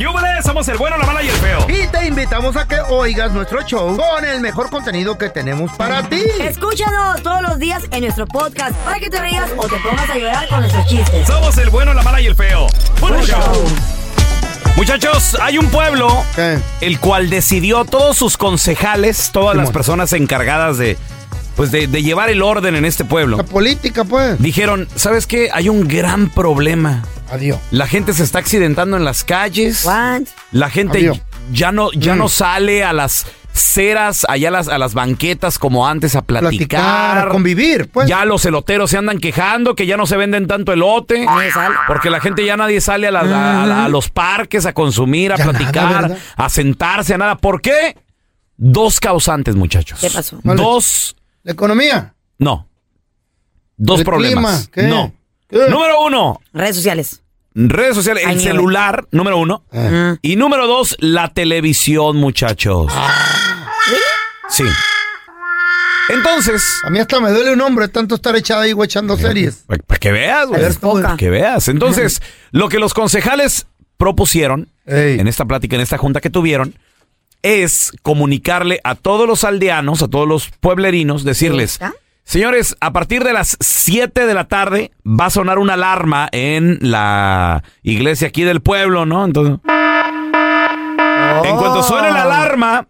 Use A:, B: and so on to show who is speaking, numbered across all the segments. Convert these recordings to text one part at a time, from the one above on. A: ¡Yúbales! Somos el bueno, la mala y el feo.
B: Y te invitamos a que oigas nuestro show con el mejor contenido que tenemos para ti.
C: Escúchanos todos los días en nuestro podcast para que te rías o te pongas a llorar con nuestros chistes.
A: Somos el bueno, la mala y el feo. ¡Puro show! Muchachos, hay un pueblo el cual decidió todos sus concejales, todas las personas encargadas de pues de, de llevar el orden en este pueblo. La
B: política, pues.
A: Dijeron, ¿sabes qué? Hay un gran problema.
B: Adiós.
A: La gente se está accidentando en las calles.
C: What?
A: La gente
B: Adiós.
A: ya no ya
B: Mm.
A: no sale a las ceras, allá a las, a las banquetas como antes a platicar.
B: Platicar, convivir, pues.
A: Ya los eloteros se andan quejando que ya no se venden tanto elote.
C: Nadie sale.
A: Porque la gente ya nadie sale a, la- a- a la- a los parques a consumir, a
B: Ya nada,
A: platicar,
B: ¿verdad?
A: a sentarse, a nada. ¿Por qué? Dos causantes, muchachos.
C: ¿Qué pasó?
B: Vale.
A: Dos,
B: La economía.
A: no. Dos
B: El
A: problemas.
B: clima, ¿qué?
A: No.
B: ¿Qué?
A: Número uno,
C: Redes sociales.
A: redes sociales,
C: Ay, Ah.
A: el
C: ni idea.
A: celular, número uno.
B: Eh.
A: Y número dos, la televisión, muchachos.
C: Ah.
A: Sí. Entonces,
B: A mí hasta me duele un hombre tanto estar echada ahí guachando series.
A: para que veas, güey.
B: ver, ¿cómo es?
A: Para que veas. Entonces, lo que los concejales propusieron
B: Ey.
A: en esta plática, en esta junta que tuvieron, es comunicarle a todos los aldeanos, a todos los pueblerinos, decirles,
C: ¿Está?
A: señores, a partir de las 7 de la tarde va a sonar una alarma en la iglesia aquí del pueblo, ¿no? Entonces, en
B: Oh.
A: cuanto suene la alarma,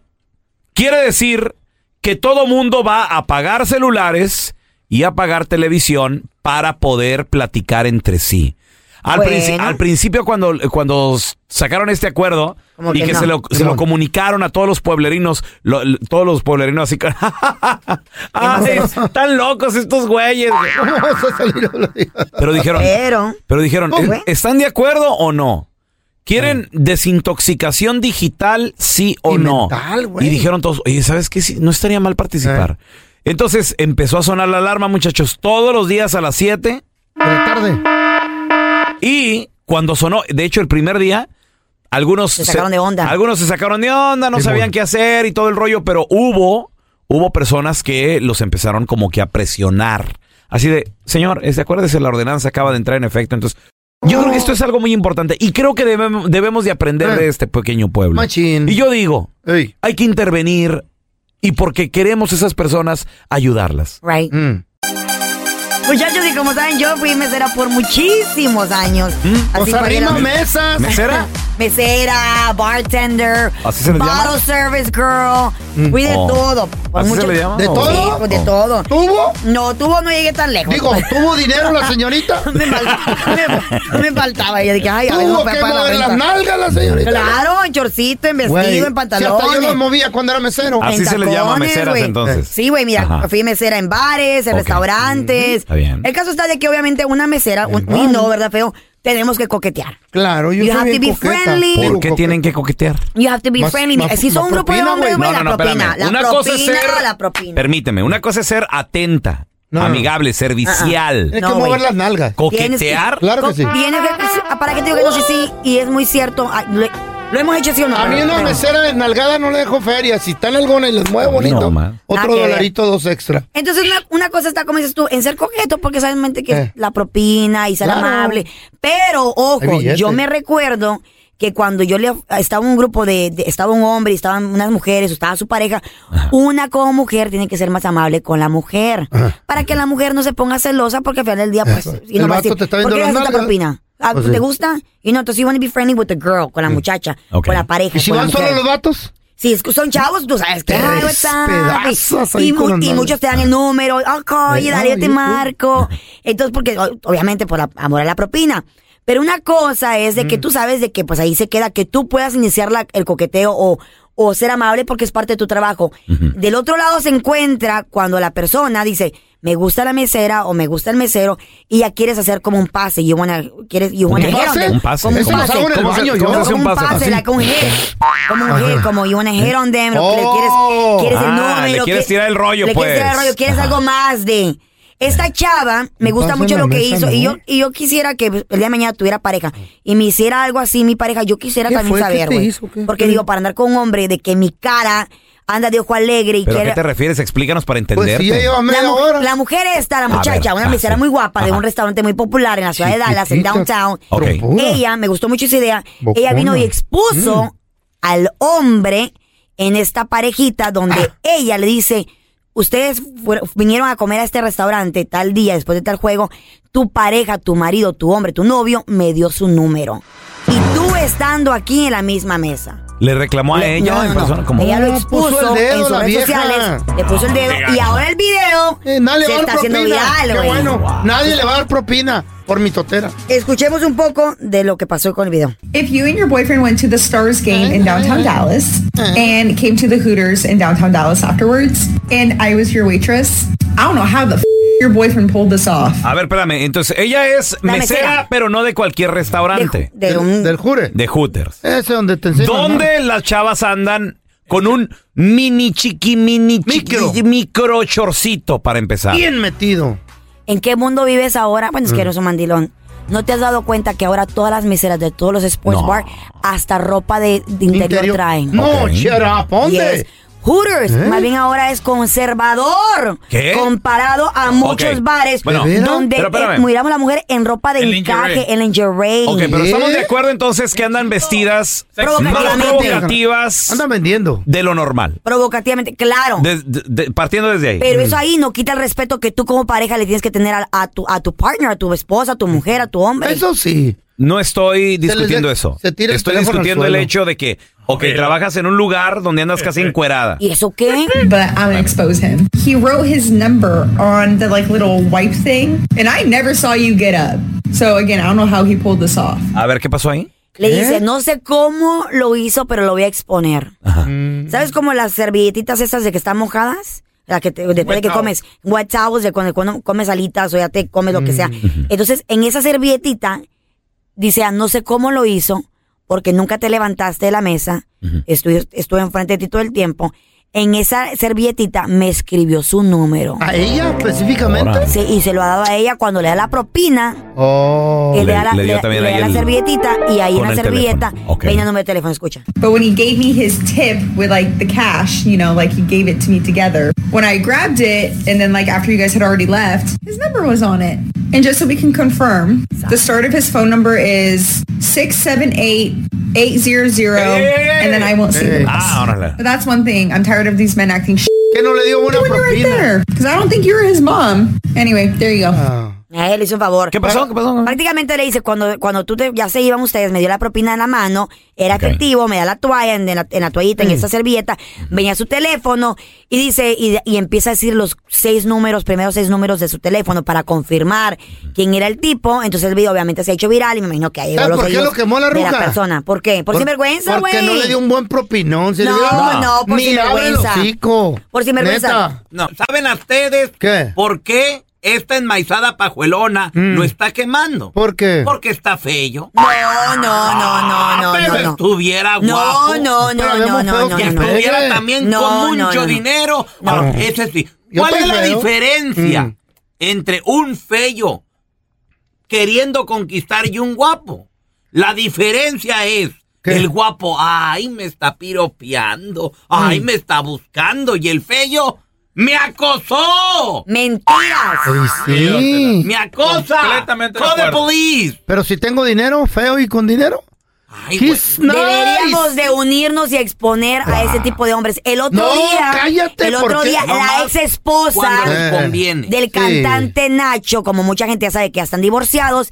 A: quiere decir que todo mundo va a apagar celulares y a apagar televisión para poder platicar entre sí. Al,
C: Bueno.
A: princi- al principio, cuando, cuando s- sacaron este acuerdo
C: Como
A: y
C: que
A: que
C: no.
A: se, lo, se lo
B: Simón.
A: comunicaron a todos los pueblerinos, lo- lo- todos los pueblerinos así, que, ¡Ay, están locos estos güeyes.
B: ¿Cómo vamos a salir a la
A: Pero dijeron,
C: Pero.
A: pero dijeron,
C: ¿Cómo,
A: ¿e-
C: güey?
A: ¿están de acuerdo o no? ¿Quieren desintoxicación digital, sí o
B: Y
A: no?
B: mental, güey.
A: y dijeron todos, oye, ¿sabes qué? Sí, no estaría mal participar.
C: Eh.
A: Entonces empezó a sonar la alarma, muchachos, todos los días a las 7.
B: de la tarde?
A: Y cuando sonó, de hecho, el primer día, algunos
C: Se sacaron de onda.
A: Algunos se sacaron de onda, no
B: Sí,
A: sabían
B: mon.
A: qué hacer y todo el rollo, pero hubo, hubo personas que los empezaron como que a presionar. Así de, señor, este, acuérdese, la ordenanza acaba de entrar en efecto, entonces. Yo creo que esto es algo muy importante y creo que debem- debemos de aprender
B: Eh.
A: de este pequeño pueblo.
B: Machín.
A: Y yo digo,
B: Ey.
A: hay que intervenir y porque queremos esas personas ayudarlas.
C: Right.
B: Mm.
C: Muchachos, y Pues como saben, yo fui mesera por muchísimos años.
B: Mm, O sea,
C: cualquiera-
B: arrima mesas.
A: ¿Mesera?
C: Mesera, bartender,
A: ¿Así se les llama?
C: bottle service girl. Fui de
A: Oh.
C: todo. Por
A: ¿Así se
C: mucho-
A: le llama? Oh.
B: ¿De
A: ¿O-
B: todo?
C: Sí, pues, de todo.
B: ¿Tuvo?
C: No, tuvo, no llegué tan lejos.
B: Digo, ¿tuvo dinero la señorita?
C: me, fal- me- me faltaba. Yo dije, ay, a ver, no
B: ¿Tuvo
C: fue
B: que
C: para la
B: mover las
C: renta.
B: nalgas la señorita?
C: Claro, en chorcito, en vestido,
B: Güey,
C: en
B: Si hasta yo las
C: pantalón.
B: movía cuando era mesero.
A: Así se les llama meseras, entonces.
C: Sí, güey, mira,
A: Ajá.
C: fui mesera en bares, en
A: Ok.
C: restaurantes.
A: Está bien.
C: El caso está de que obviamente una mesera, un,
B: En
C: uy, no, ¿verdad, feo? Tenemos que coquetear.
B: Claro, yo
C: You
B: soy
C: have
B: bien
C: to be
B: coqueta.
C: friendly.
A: ¿Por
B: Digo,
A: qué
B: coqueta.
A: tienen que coquetear?
C: You have to be
B: Más-
C: friendly.
B: más-
C: Eh, si
B: más
C: son un grupo de
B: propina,
C: hombres,
B: güey.
C: güey, la propina.
A: espérame.
C: La
A: Una cosa es
C: propina,
A: ser.
C: la propina.
A: Permíteme, una cosa es ser atenta,
B: No.
A: amigable, servicial.
B: Tienes
C: Ah, No,
B: que mover
C: güey.
B: las nalgas.
C: Tienes que-
A: Coquetear.
B: Claro que sí.
C: pues, Viene, de- ah, ¿para qué te digo que no? Sí, sí, y es muy cierto. ah, lo- Lo hemos hecho sí o no.
B: A mí
C: pero-
B: una
C: pero-
B: mesera de nalgada no le dejo feria. Si está en alguna y les mueve bonito,
A: No, man.
C: Nada
B: otro
C: que ver.
B: dolarito, dos extra.
C: Entonces, una, una cosa está, como dices tú, en ser coqueto, porque sabes que
B: Eh.
C: la propina y ser
B: Claro.
C: amable. Pero,
B: Hay
C: ojo,
B: billete.
C: yo me recuerdo que cuando yo le estaba un grupo de, de- estaba un hombre y estaban unas mujeres, o estaba su pareja, una como mujer tiene que ser más amable con la mujer, para que la mujer no se ponga celosa porque al final del día pues
B: Eso.
C: y no
B: El
C: va a
B: vato
C: decir,
B: te está
C: ¿por
B: viendo
C: qué
B: las
C: le haces la
B: nalgas?"
C: propina? Ah,
B: Pues sí.
C: ¿Te gusta? Y no, entonces you want be friendly with the girl, con la muchacha,
A: Ok.
C: con la pareja.
B: ¿Y si
C: con la
B: van solo
C: mujer.
B: los vatos?
C: Sí, es que son chavos, tú sabes que
B: Te
C: ay, what's up?
B: despedazas ahí
C: y,
B: con
C: mu-
B: las
C: y
B: manos.
C: muchos te dan el número, oh, oye,
B: Ay,
C: dale, yo te
B: ay,
C: marco. Entonces, porque o- obviamente por a- amor a la propina. Pero una cosa es de que
B: Mm.
C: tú sabes de que pues ahí se queda que tú puedas iniciar la- el coqueteo o, o ser amable porque es parte de tu trabajo. Del otro lado se encuentra cuando la persona dice, me gusta la mesera o me gusta el mesero y ya quieres hacer como un pase. You wanna, quieres, you wanna
B: ¿Un
C: hit on
B: pase?
C: them.
B: Un
A: pase.
C: Como un
A: Eso lo
C: pase.
B: hago en el
C: Como-
B: baño yo.
C: como-
B: ¿Cómo
A: hace
C: como
A: un
C: un
A: pase?
C: pase,
A: Así.
C: like un hit. Como un hit, como you wanna hit on them. lo que le quieres,
B: Oh.
C: quieres el
A: Ah,
C: número.
A: le quieres
C: que-
A: tirar el rollo,
C: le quieres tirar el
A: pues.
C: rollo, quieres
A: Ajá.
C: algo más de... Esta chava, me gusta
B: Pase
C: mucho
B: la
C: lo que
B: mesa,
C: hizo. Y
B: ¿no?
C: yo y yo quisiera que el día de mañana tuviera pareja. Y me hiciera algo así mi pareja. Yo quisiera
B: ¿Qué
C: también
B: fue? ¿Qué
C: saber,
B: te
C: güey.
B: hizo? ¿Qué-
C: Porque
B: qué-
C: digo, para andar con un hombre de que mi cara anda de ojo alegre y
A: ¿Pero a qué
C: quiere...
A: te refieres? Explícanos para
B: Pues
A: entender.
B: si ya llevas
C: La,
B: media
C: mu-
B: hora.
C: la mujer esta, la
A: ver,
C: muchacha, una
A: ah,
C: mesera
A: sí.
C: muy guapa de un
A: Ajá.
C: restaurante muy popular en la ciudad de Dallas, en
B: Chiquitita,
C: downtown.
A: Ok.
B: trompuda.
C: Ella, me gustó mucho esa idea. Ella
B: Bocona. Mm.
C: vino y expuso al hombre en esta parejita donde
B: Ah.
C: ella le dice, ustedes fueron- vinieron a comer a este restaurante tal día, después de tal juego, tu pareja, tu marido, tu hombre, tu novio me dio su número. Y tú estando aquí en la misma mesa.
A: Le reclamó a
C: Le-
A: ella
C: no,
A: en
C: no, no.
A: persona como
C: Ella lo
B: No, puso
C: expuso
B: el dedo,
C: en sus
B: la
C: redes
B: vieja.
C: sociales. Le puso el dedo. Y ahora el video
B: Ah. Eh, nadie
C: se
B: le va a
C: está
B: dar
C: haciendo
B: propina.
C: viral,
B: Qué
C: güey.
B: bueno. Nadie le va a dar propina por mi totera.
C: Escuchemos un poco de lo que pasó con el video.
D: If you and your boyfriend went to the Stars game in downtown Dallas and came to the Hooters in downtown Dallas afterwards, and I was your waitress, I don't know how the f- your boyfriend pulled this off.
A: A ver, espérame. Entonces, ella es
C: La
A: mesera,
C: mesera.
A: pero no de cualquier
C: De,
A: restaurante.
C: de un-
B: Del jure.
A: De Hooters.
B: Ese donde te enseñan.
A: ¿Dónde las chavas andan con un mini chiqui, mini chiqui,
B: Micro.
A: micro chorcito para empezar?
B: ¿no? Bien metido.
C: ¿En qué mundo vives ahora? Bueno,
B: Mm.
C: es que eres un mandilón. ¿No te has dado cuenta que ahora todas las meseras de todos los sports
A: No.
C: bar hasta ropa de, de interior, traen?
B: No,
A: Ok.
B: shut up. ¿Dónde? ¿Eh?
C: Yes. Hooters, más bien ahora es conservador.
A: ¿Qué?
C: Comparado a muchos bares
A: Bueno,
B: ¿De veras?
C: donde
A: pero espérame.
C: eh, miramos a la mujer en ropa de
A: En
C: encaje,
A: lingerie.
C: en lingerie.
A: Ok, pero
B: ¿Eh?
A: estamos de acuerdo entonces que andan vestidas más
C: Provocativamente.
A: provocativas
B: Andan vendiendo.
A: de lo normal.
C: Provocativamente, claro.
A: Des- de- de- partiendo desde ahí.
C: Pero
B: Mm.
C: eso ahí no quita el respeto que tú como pareja le tienes que tener a, a tu, a tu partner, a tu esposa, a tu mujer, a tu hombre.
B: Eso sí.
A: No estoy discutiendo
B: de-
A: eso.
B: se tira el
A: estoy
B: teléfono al
A: discutiendo el
B: suelo.
A: hecho de que, ok, trabajas en un lugar donde andas casi encuerada.
C: ¿Y eso qué?
D: But I'm gonna expose him. He wrote his number on the like little wipe thing, and I never saw you get up. So again, I don't know how he pulled this off.
A: A ver, ¿qué pasó ahí?
C: Le dice, no sé cómo lo hizo, pero lo voy a exponer.
B: Mm.
C: ¿Sabes como las servilletitas esas de que están mojadas? La que te- después de que comes white towels, de cuando, cuando comes alitas o ya te comes lo que sea. Entonces, en esa servilletita, dice, ah, no sé cómo lo hizo, porque nunca te levantaste de la mesa, estuve, estuve enfrente de ti todo el tiempo. En esa servilletita me escribió su número.
B: ¿A ella específicamente?
A: Ahora.
C: Sí, y se lo ha dado a ella cuando le da la propina.
B: Oh.
C: que
A: Le-
C: le, da la,
A: le dio también
C: le da
A: ahí
C: la
A: el-
C: servilletita y ahí en
A: con
C: la
A: el
C: servilleta
A: teléfono. Ok.
C: viene el número de teléfono, escucha.
D: But when he gave me his tip with like the cash, you know, like he gave it to me together. When I grabbed it, and then like after you guys had already left, his number was on it. And just so we can confirm, the start of his phone number is six seven eight eight zero zero, and then I won't see the rest.
A: Ah, órale.
D: But that's one thing. I'm tired of these men acting sh-
B: ¿Qué no le dio buena
D: when you're right
B: propina?
D: there. Because I don't think you're his mom. Anyway, there you go.
B: Ah.
C: A él le hizo un favor.
A: ¿Qué pasó? ¿Qué pasó?
C: Prácticamente le dice, cuando, cuando tú te- ya se iban ustedes, me dio la propina en la mano, era
A: Ok.
C: efectivo, me da la toalla, en, en la, en la toallita, en esa servilleta, venía su teléfono y dice, y, y empieza a decir los seis números, primeros seis números de su teléfono para confirmar quién era el tipo. Entonces el video obviamente se ha hecho viral y me imagino que ahí llegó
B: ¿Sabes
C: los
B: por qué
C: oídos
B: lo quemó la
C: de
B: ruca?
C: persona. ¿Por qué? Por, sinvergüenza, güey.
B: Porque no le dio un buen propinón. Si le
C: No,
B: hubiera-
C: no, por
B: Ni abre el
C: sinvergüenza.
B: hocico.
C: Por sinvergüenza.
B: Neta.
A: No, ¿saben a ustedes
B: ¿Qué? Mm.
A: por qué esta enmaizada pajuelona lo está quemando?
B: ¿Por qué?
A: Porque está feo.
C: No, no, no,
E: Ah,
C: no, no, no, no.
A: estuviera
C: No, no, no,
B: Pero
C: no,
B: vemos
C: no,
B: feos
C: no,
B: que
C: no, no.
B: estuviera Pegue.
C: No, no, no.
A: dinero.
C: No.
A: Ah, ese sí.
B: Yo estoy feo.
A: diferencia
B: Mm.
A: entre un feo queriendo conquistar y un guapo? La diferencia es
B: ¿Qué?
E: El guapo, ay, me está piropeando. Ay,
B: Mm.
E: me está buscando. Y el feo, me acosó.
C: Mentiras.
B: Pues sí.
E: Me acosa.
F: Completamente de
E: Call the
F: acuerdo.
E: police.
B: Pero si tengo dinero, feo y con dinero.
E: Ay, güey.
B: He's nice.
C: Deberíamos de unirnos y exponer a ese tipo de hombres. El otro
B: No,
C: día,
B: cállate,
C: el otro
B: ¿por qué?
C: día, la
E: Nomás
C: ex esposa
E: Cuando les
B: Eh.
E: conviene.
C: del cantante Nacho, como mucha gente ya sabe que ya están divorciados,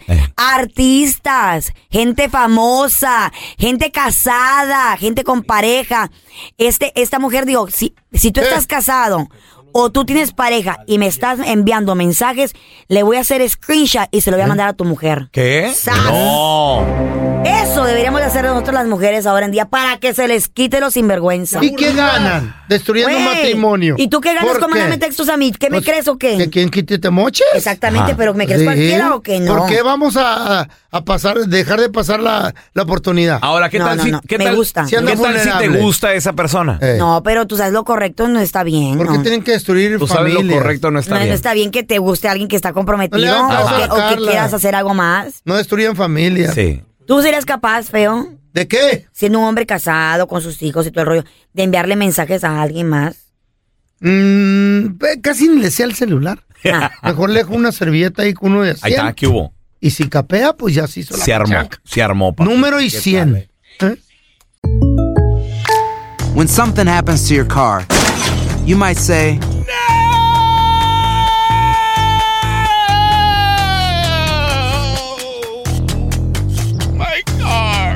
C: artistas, gente famosa, gente casada, gente con pareja. Este, esta mujer dijo, si, si tú estás casado o tú tienes pareja y me estás enviando mensajes, le voy a hacer screenshot y se lo voy a mandar a tu mujer.
A: ¿Qué?
C: ¡Sas!
A: No.
C: Eso deberíamos de hacer nosotros las mujeres ahora en día para que se les quite los sinvergüenza.
B: ¿Y qué ganan? Destruyendo
C: Güey,
B: un matrimonio.
C: ¿Y tú qué ganas
B: ¿Por
C: con
B: qué?
C: mandarme textos a mí? ¿Qué me
B: Pues,
C: crees o qué?
B: ¿Que quién quite te moches? Ah,
C: Exactamente, pero ¿me crees
B: Sí.
C: cualquiera o qué no?
B: ¿Por qué vamos a, a- a pasar, dejar de pasar la, la oportunidad?
A: Ahora, ¿qué
C: No,
A: tal
C: no,
A: si,
C: no,
A: ¿qué
C: me
A: tal,
C: gusta.
A: ¿qué
B: Si ando
A: tal si te
B: vulnerable.
A: gusta esa persona?
B: Eh,
C: No, pero tú sabes lo correcto no está bien.
B: ¿Por qué
C: no.
B: tienen que destruir
A: Tú sabes
B: familias?
A: lo correcto, no
C: No,
A: está
C: no
A: bien.
C: está bien que te guste alguien que está
B: No le
C: comprometido
B: hagas
C: o,
B: caso
C: que,
B: a
C: o que
B: Carla.
C: quieras hacer algo más.
B: No destruyan familias.
A: Sí.
C: ¿Tú serías capaz, feo,
B: ¿De qué?
C: siendo un hombre casado con sus hijos y todo el rollo, de enviarle mensajes a alguien más?
B: Mm, ve, casi ni le sea el celular.
C: Ah.
B: Mejor le dejo una servilleta ahí con uno de
A: Ahí
B: 100.
A: está, ¿qué hubo?
B: Y si capea, pues ya se hizo la
A: Se armó,
B: machaca.
A: se armó. papá.
B: Número y 100. ¿Eh?
G: When something happens to your car, you might say, No! My car!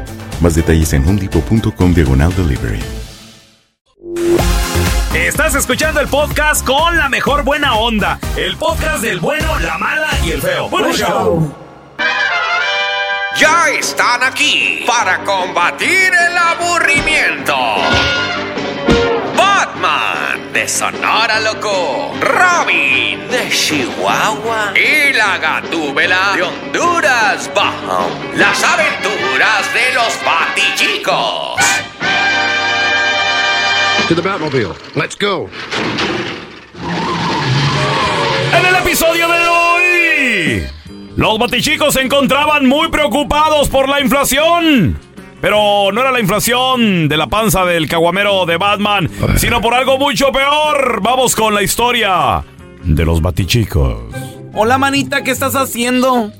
H: Más detalles en homedepot.com diagonal delivery.
A: Estás escuchando el podcast con la mejor buena onda. El podcast del bueno, la mala y el feo. Bueno, show.
F: Ya están aquí para combatir el aburrimiento. Batman de Sonora Loco, Robin de Chihuahua y la Gatúbela de Honduras Bajo. Las aventuras de los patichicos.
A: En el episodio de hoy, los batichicos se encontraban muy preocupados por la inflación. Pero no era la inflación de la panza del caguamero de Batman, sino por algo mucho peor. Vamos con la historia de los batichicos.
E: Hola, manita, ¿qué estás haciendo?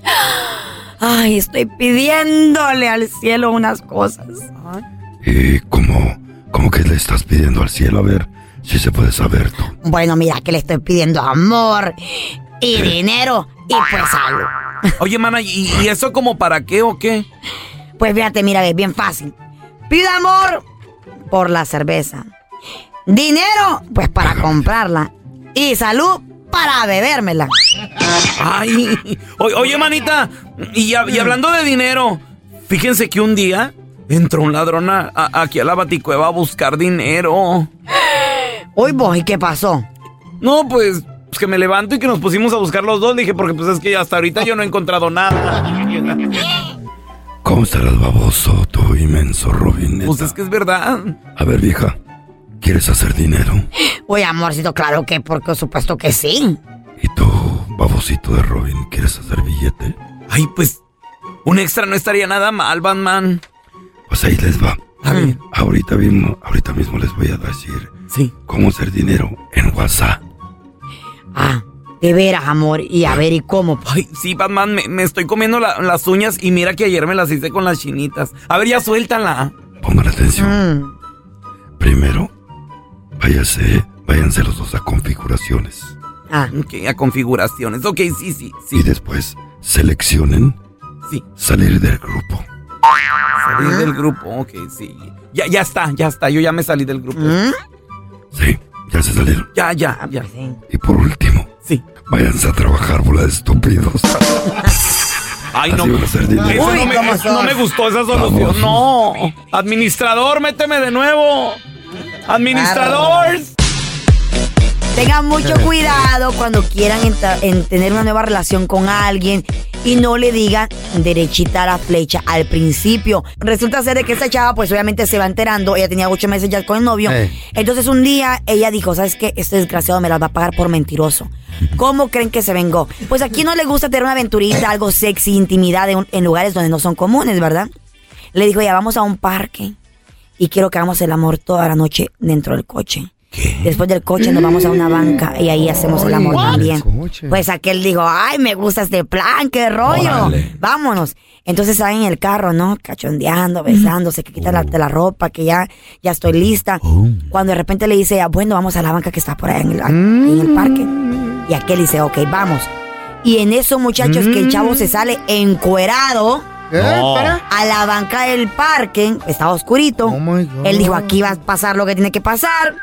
C: Ay, estoy pidiéndole al cielo unas cosas.
F: ¿Y cómo, cómo que le estás pidiendo al cielo? A ver, si se puede saber tú.
C: Bueno, mira que le estoy pidiendo amor y dinero y pues algo.
E: Oye, mana, ¿y, y eso como para qué o qué?
C: Pues fíjate, mira, es bien fácil. Pido amor por la cerveza. Dinero, pues para comprarla. Y salud para bebérmela.
E: Ay, o- oye, manita, y, hab- y hablando de dinero, fíjense que un día entró un ladrón a- a- aquí a la baticueva a buscar dinero.
C: Uy, vos, ¿y qué pasó?
E: No, pues, pues que me levanto y que nos pusimos a buscar los dos. Dije, porque pues es que hasta ahorita yo no he encontrado nada.
F: ¿Cómo estarás baboso, tú inmenso Robin? neta?
E: Pues es que es verdad.
F: A ver, vieja, ¿quieres hacer dinero?
C: Uy, amorcito, claro que, porque supuesto que sí.
F: ¿Y tú, babosito de Robin, quieres hacer billete?
E: Ay, pues, un extra no estaría nada mal, Batman.
F: Pues ahí les va.
I: Ahorita mismo, ahorita mismo les voy a decir cómo hacer dinero en WhatsApp.
C: Ah, de veras, amor. Y a ver, ¿y cómo?
E: Ay, sí, Batman, me, me estoy comiendo la- las uñas y mira que ayer me las hice con las chinitas. A ver, ya suéltala.
I: Pongan atención.
E: Mm.
I: Primero, váyase, váyanse los dos a configuraciones.
E: Ok, a configuraciones. Ok, sí, sí, sí.
I: Y después seleccionen
E: Sí.
I: salir del grupo.
C: ¿Ah?
E: Salir del grupo, ok, sí. Ya, ya está, ya está. Yo ya me salí del grupo.
C: ¿Mm?
I: Sí, ya se salieron.
E: Ya,
C: Ah,
E: ya, ya.
C: pues
I: Y por último,
E: sí.
I: váyanse a trabajar, bola de estúpidos.
E: Ay,
I: no.
E: Eso no, me, eso no me gustó esa solución. No. Administrador, méteme de nuevo. Administrador.
C: Tengan mucho cuidado cuando quieran entra- en tener una nueva relación con alguien y no le digan derechita a la flecha al principio. Resulta ser de que esta chava, pues obviamente se va enterando. Ella tenía ocho meses ya con el novio.
J: Ey.
C: Entonces un día ella dijo, ¿sabes qué? Este desgraciado me las va a pagar por mentiroso. ¿Cómo creen que se vengó? Pues aquí no le gusta tener una aventurita, algo sexy, intimidad en, un- en lugares donde no son comunes, ¿verdad? Le dijo, ya vamos a un parque y quiero que hagamos el amor toda la noche dentro del coche. Después del coche nos vamos a una banca y ahí hacemos el amor también. Pues aquel dijo, ay, me gusta este plan, qué rollo.
J: Órale.
C: Vámonos. Entonces ahí en el carro, ¿no?
J: Mm.
C: Cachondeando, besándose, que quitan la,
J: Oh.
C: de la ropa, que ya, ya estoy lista. Cuando de repente le dice, "Ah, bueno, vamos a la banca que está por ahí en el, en
J: Mm.
C: el parque. Y aquel dice, ok, vamos. Y en eso, muchachos, que el chavo se sale encuerado.
J: Mm. No. para?
C: A la banca del parque, estaba oscurito.
B: Oh
C: Él dijo, aquí va a pasar lo que tiene que pasar.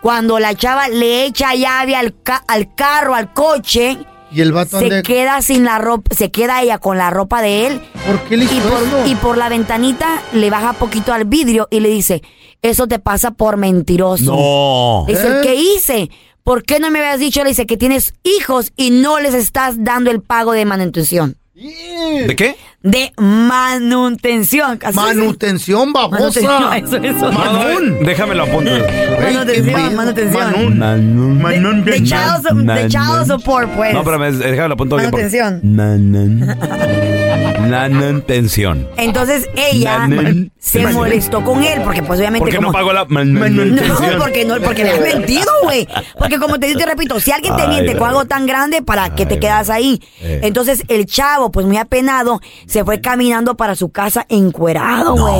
C: Cuando la chava le echa llave al, ca- al carro, al coche,
B: Y el vato
C: se
B: ande-
C: queda sin la ropa, se queda ella con la ropa de él.
B: le
C: y,
B: hizo
C: por,
B: eso?
C: y por la ventanita le baja poquito al vidrio y le dice, eso te pasa por mentiroso.
A: No.
C: Le Dice,
A: ¿Eh?
C: ¿qué hice? ¿Por qué no me habías dicho? Le dice que tienes hijos y no les estás dando el pago de manutención.
A: ¿De qué?
C: De manutención. Así
B: Manutención, babosa.
C: Manutención, eso, eso.
B: Manun.
A: Déjame lo apunto.
C: Manutención, manutención.
A: Manun.
C: Manun. De child su- de
A: Manun.
C: child support, pues.
A: No, espérame, es- eh, déjame lo apunto bien. porque-
C: Manutención.
A: Nanun. Nanuntención.
C: Entonces ella
A: Manun.
C: se
A: Manun.
C: molestó con él porque pues obviamente
A: Porque
C: como...
A: no pagó la manutención.
C: No, porque no, porque le has mentido, güey. Porque como te digo, te repito, si alguien te
A: Ay,
C: miente con
A: güey.
C: algo tan grande, ¿para qué te quedas ahí?
A: Eh.
C: Entonces el chavo, pues muy apenado, se fue caminando para su casa encuerado, güey.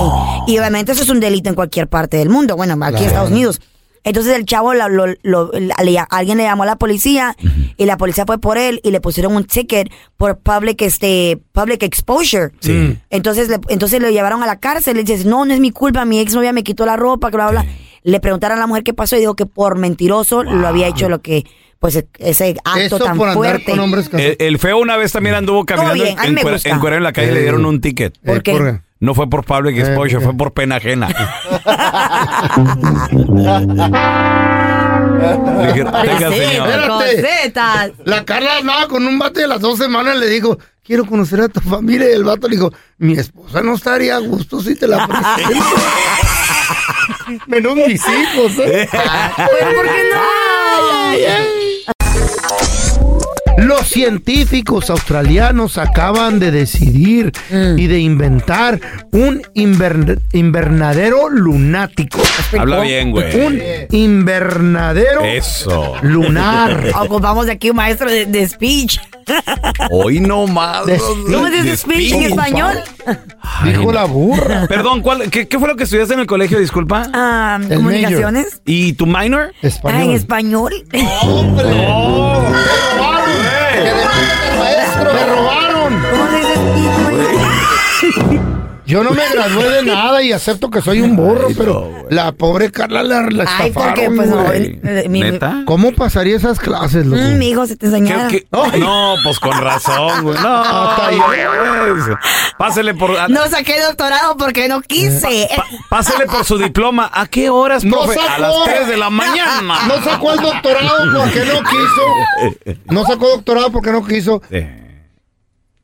C: Y obviamente eso es un delito en cualquier parte del mundo. Bueno, aquí en
J: Claro.
C: Estados Unidos. Entonces el chavo, la- lo- lo- la- le- alguien le llamó a la policía y la policía fue por él y le pusieron un ticket por public, este, public exposure.
B: Mm.
J: Sí.
C: Entonces, le, entonces lo llevaron a la cárcel. Le dices, no, no es mi culpa, mi ex novia me quitó la ropa, que bla, bla. bla. Le preguntaron a la mujer qué pasó y dijo que por mentiroso lo había hecho lo que, pues, ese acto tan fuerte.
A: El, el feo una vez también anduvo caminando
C: bien, a mí
A: en,
C: me
A: cuera-
C: gusta.
A: en cuera en la calle y le
B: Eh,
A: dieron un ticket.
C: ¿Por qué? ¿por
A: No fue por public exposure, fue por pena ajena. Le dijeron, "Tenga, señor".
B: Espérate. La Carla andaba con un vato y a las dos semanas le dijo, quiero conocer a tu familia. Y el vato le dijo, mi esposa no estaría a gusto si te la presento. Menos mis hijos, ¿eh?
J: ¿por qué no?
B: Ay, ay, Los científicos australianos acaban de decidir y de inventar un inver- invernadero lunático.
A: Habla bien, güey.
B: Un invernadero
A: Eso.
B: lunar.
C: Ocupamos de aquí un maestro de, de speech.
A: Hoy no más.
B: De-
C: ¿Cómo se dice speech en español?
B: Dijo la burra.
A: Perdón, ¿cuál, qué, qué fue lo que estudiaste en el colegio? Disculpa.
C: Ah, comunicaciones.
A: ¿Y tu minor?
C: Ah, en español.
B: ¡Me robaron! Yo no me gradué de nada y acepto que soy un burro, pero la pobre Carla la, la
C: Ay,
B: estafaron,
C: porque, pues, no,
B: güey.
C: eh, mi- ¿Neta?
B: ¿Cómo pasaría esas clases, loco?
C: Mm, mi hijo se te enseñaba.
A: ¿Qué- qué- No, pues con razón, güey. No,
C: Hasta
A: pues. Pásele por.
B: ah,
A: a-
C: No saqué doctorado porque no quise.
A: Pásele por su diploma. ¿A qué horas,
B: No
A: profe? a
B: sacó.
A: las 3 de la mañana.
B: No sacó el doctorado porque no quiso. No sacó doctorado porque no quiso.
A: Sí.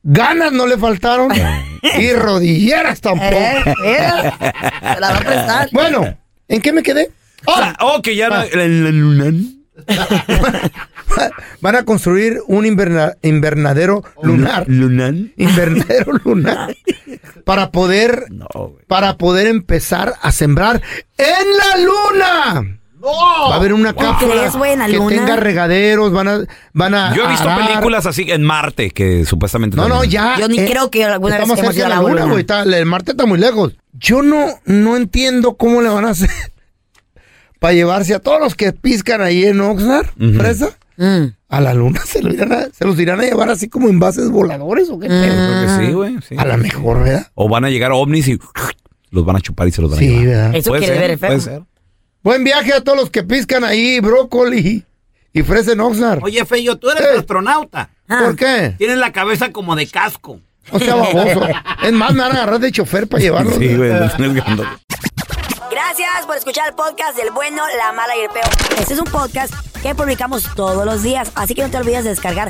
B: Ganas no le faltaron. Y rodilleras tampoco.
J: Eh, eh,
C: se la va a prestar.
B: Bueno, ¿en qué me quedé?
A: O sea, oh, que ya no- en la luna.
B: Van a construir un inverna- invernadero lunar.
A: ¿Lunan?
B: Invernadero lunar. Para poder, para poder empezar a sembrar en la luna.
C: Oh,
B: Va a haber una
A: Wow.
B: cápsula
A: ¿Crees, güey, en la
B: ¡Oh! que
A: luna?
B: tenga regaderos, van a, van a
A: Yo he visto
B: arar.
A: películas así en Marte que supuestamente...
B: No, no,
A: también-
B: ya.
C: Yo ni
B: eh,
C: creo que alguna vez
B: estamos
C: hemos ido
B: cerca de
C: a
B: la
C: la
B: luna,
C: luna.
B: güey. está- El Marte está muy lejos. Yo no, no entiendo cómo le van a hacer para llevarse a todos los que piscan ahí en Oxnard,
J: Ujú.
B: fresa, a la luna. ¿Se, lo irán a, ¿Se los irán a llevar así como en bases voladores o qué?
A: Yo creo que sí, güey. sí.
B: A lo mejor, ¿verdad?
A: O van a llegar ovnis y los van a chupar y se los van a
B: Sí,
A: llevar.
B: ¿verdad? Eso
A: Puede
B: quiere
A: ser,
B: ver el feo.
A: Puede ser.
B: Buen viaje a todos los que piscan ahí brócoli y fresa en Oxnard. Ah.
E: Oye, Feyo, tú eres astronauta.
B: ¿Por qué?
E: Ah. Tienes la cabeza como de casco.
B: O sea, baboso. es más, me van a agarrar de chofer para llevarlos.
A: Sí, güey. los tienes que andar.
C: Gracias por escuchar el podcast del bueno, la mala y el peor. Este es un podcast que publicamos todos los días, así que no te olvides de descargar